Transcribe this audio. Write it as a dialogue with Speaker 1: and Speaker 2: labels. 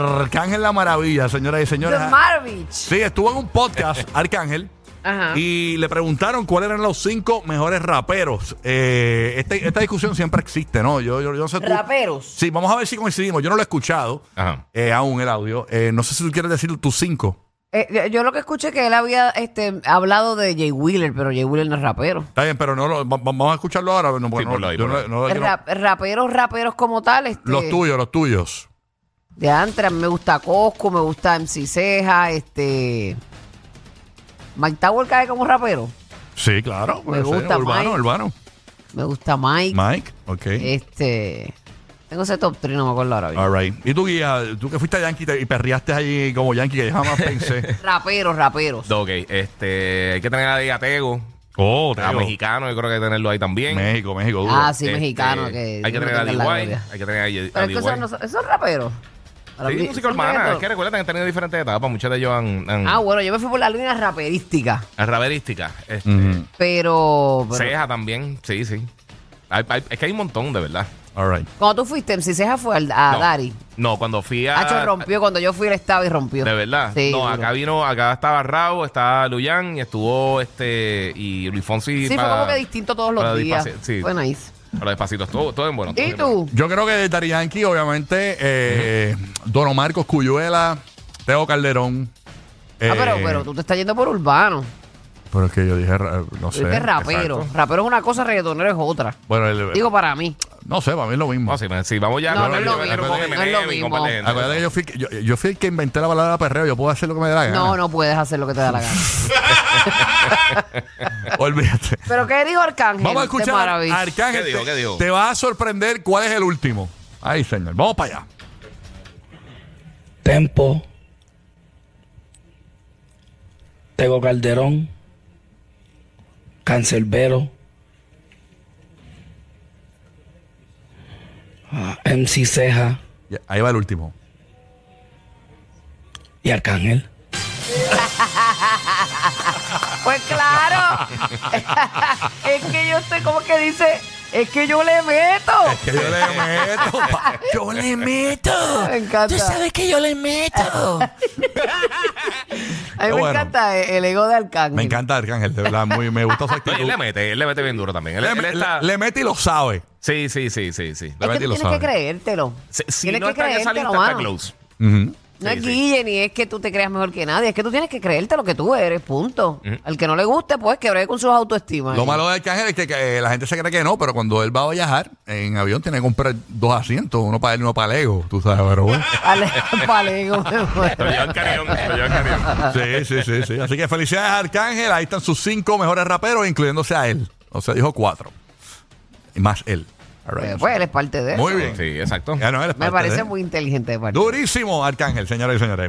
Speaker 1: Arcángel la Maravilla, señoras y
Speaker 2: The
Speaker 1: señores.
Speaker 2: Marvich.
Speaker 1: Sí, estuvo en un podcast, Arcángel.
Speaker 3: Ah.
Speaker 2: Ajá.
Speaker 1: Y le preguntaron cuáles eran los cinco mejores raperos. Eh, este- esta discusión siempre existe, ¿no? Yo, yo, yo no sé tú-
Speaker 2: Raperos.
Speaker 1: Sí, vamos a ver si coincidimos. Yo no lo he escuchado
Speaker 3: Ajá.
Speaker 1: eh, aún el audio. Eh, no sé si tú quieres decir tus cinco.
Speaker 2: Eh, yo- yo lo que escuché que él había este, hablado de Jay Wheeler, pero Jay Wheeler no es rapero.
Speaker 1: Está bien, pero no lo- va- va- vamos a escucharlo ahora. No, porque
Speaker 3: Sí,
Speaker 1: no-
Speaker 3: ponlo ahí,
Speaker 1: yo no-
Speaker 3: ponlo ahí.
Speaker 1: no- yo no-
Speaker 2: Rap- raperos, raperos como tal. Este,
Speaker 1: los tuyos, los tuyos.
Speaker 2: De Antran, me gusta Cosco, me gusta MC Ceja, este. Mike Tower cae como rapero.
Speaker 1: Sí, claro. puede ser.
Speaker 2: gusta,
Speaker 1: Urbano,
Speaker 2: Mike.
Speaker 1: urbano.
Speaker 2: Me gusta Mike.
Speaker 1: Mike, ok.
Speaker 2: Este. Tengo ese top 3, no me acuerdo ahora mismo.
Speaker 1: All right. ¿Y tú, guía? Tú que fuiste a Yankee te- y perreaste allí como Yankee, que yo jamás pensé.
Speaker 2: Raperos, raperos.
Speaker 3: Ok, este, hay que tener ahí a Tego,
Speaker 1: oh,
Speaker 3: a mexicano, yo creo que hay que tenerlo ahí también.
Speaker 1: México, México, duro.
Speaker 2: Ah, sí,
Speaker 3: Este,
Speaker 2: mexicano. Que
Speaker 3: hay que
Speaker 2: no
Speaker 3: tener
Speaker 2: tenga la
Speaker 3: a D.Y.,
Speaker 2: gloria.
Speaker 3: hay que tener a D- a
Speaker 2: Pero es que esos no
Speaker 3: D.Y.
Speaker 2: son, esos raperos. Para
Speaker 3: Sí,
Speaker 2: mí,
Speaker 3: música
Speaker 2: son
Speaker 3: urbana, es
Speaker 2: reggaetón.
Speaker 3: que recuerda que han tenido diferentes etapas, muchas de ellos han... han
Speaker 2: Ah, bueno, yo me fui por la línea raperística.
Speaker 3: han raperística, este,
Speaker 2: Mm,
Speaker 1: Ujú.
Speaker 2: Pero. pero-
Speaker 3: Ceja también, sí, sí. Hay- hay- es que hay un montón, de verdad.
Speaker 1: All right.
Speaker 2: Cuando tú fuiste, MC Ceja fue al- a
Speaker 3: No.
Speaker 2: Dari.
Speaker 3: No, cuando fui a...
Speaker 2: Hacho rompió, cuando yo fui él estaba y rompió.
Speaker 3: De verdad.
Speaker 2: Sí,
Speaker 3: no,
Speaker 2: duro.
Speaker 3: acá vino, acá estaba Rao, estaba Luyan y estuvo este y Luis Fonsi.
Speaker 2: Sí, fue
Speaker 3: para-
Speaker 2: como que distinto todos
Speaker 3: para
Speaker 2: los días.
Speaker 3: Despaci- Sí,
Speaker 2: Fue nice.
Speaker 3: para despacito, todo, todo en bueno. todo
Speaker 2: ¿Y
Speaker 3: en
Speaker 2: tú?
Speaker 1: Yo creo que Dari Yankee, obviamente, eh, Dono Marcos Cuyuela, Teo Calderón. eh,
Speaker 2: ah, pero, pero tú te estás yendo por urbano.
Speaker 1: Pero es que yo dije, ra- no
Speaker 2: Tú
Speaker 1: sé.
Speaker 2: eres rapero.
Speaker 3: exacto.
Speaker 2: Rapero es una cosa, reggaetonero es otra.
Speaker 1: Bueno, el-
Speaker 2: Digo Ah, para mí.
Speaker 1: no sé, para mí es lo mismo.
Speaker 3: No, si, me- si vamos ya.
Speaker 2: No,
Speaker 3: con
Speaker 2: no es lo
Speaker 3: con-
Speaker 2: mismo,
Speaker 3: con
Speaker 2: no es lo
Speaker 3: Eminem y
Speaker 2: mismo.
Speaker 3: con par de gente.
Speaker 1: Acuérdate que yo fui, yo, yo fui el que inventé la palabra perreo. Yo puedo hacer lo que me
Speaker 3: Eh.
Speaker 1: dé la gana.
Speaker 2: No, no puedes hacer lo que te da la gana.
Speaker 1: Olvídate.
Speaker 2: pero ¿qué dijo Arcángel?
Speaker 1: Vamos a
Speaker 2: Este
Speaker 1: escuchar.
Speaker 2: Maravich.
Speaker 1: Arcángel,
Speaker 3: ¿Qué dijo,
Speaker 1: te-
Speaker 3: qué dijo?
Speaker 1: te va a sorprender cuál es el último. Ay, señor. Vamos para allá.
Speaker 4: Tempo. Tego Calderón. Cancelbero. ah, MC Ceja
Speaker 1: Ya, Ahí va el último.
Speaker 4: y Arcángel.
Speaker 2: Pues claro. es que yo estoy como que dice, es que yo le meto.
Speaker 1: Que yo le meto. pa- Yo le meto.
Speaker 2: Me encanta.
Speaker 1: que yo le meto.
Speaker 2: A mí me
Speaker 1: Bueno.
Speaker 2: encanta el ego de Arcángel.
Speaker 1: Me encanta Arcángel, de verdad. Muy, me gusta su
Speaker 3: No, y
Speaker 1: actitud.
Speaker 3: él le mete, él le mete bien duro también. Él,
Speaker 1: Le,
Speaker 3: él está-
Speaker 1: le- le mete y lo sabe.
Speaker 3: sí, sí, sí, sí, sí.
Speaker 2: Es que
Speaker 1: Realmente
Speaker 2: tú
Speaker 1: lo
Speaker 2: tienes
Speaker 1: sabe.
Speaker 2: que creértelo.
Speaker 3: Si, si
Speaker 2: tienes
Speaker 3: no
Speaker 2: que
Speaker 3: está en esa lista,
Speaker 2: creértelo,
Speaker 3: está
Speaker 2: mano.
Speaker 3: close.
Speaker 1: Ujú.
Speaker 2: No
Speaker 3: Sí,
Speaker 2: es
Speaker 3: sí.
Speaker 2: guille ni es que tú te creas mejor que nadie. Es que tú tienes que creerte lo que tú eres, punto.
Speaker 3: Mm.
Speaker 2: Al que no le guste, pues que bregue con sus autoestimas.
Speaker 1: Lo malo de Arcángel es que, que la gente se cree que no, pero cuando él va a viajar en avión tiene que comprar dos asientos, uno para él y uno para el ego, tú sabes, pero bueno.
Speaker 2: Ale- palego, me muero.
Speaker 3: Lo lleva el carión, lo lleva el carión.
Speaker 1: Sí, sí, sí, sí. Así que felicidades a Arcángel, ahí están sus cinco mejores raperos, incluyéndose a él. O sea, dijo cuatro. Y más él. All right.
Speaker 2: Pues, pues, él es parte de eso.
Speaker 1: Muy bien.
Speaker 3: Sí, exacto.
Speaker 1: Ya no, él es
Speaker 2: Me
Speaker 1: parte de
Speaker 2: parece
Speaker 1: él.
Speaker 2: muy inteligente de parte.
Speaker 1: Durísimo, Arcángel, señoras y señores.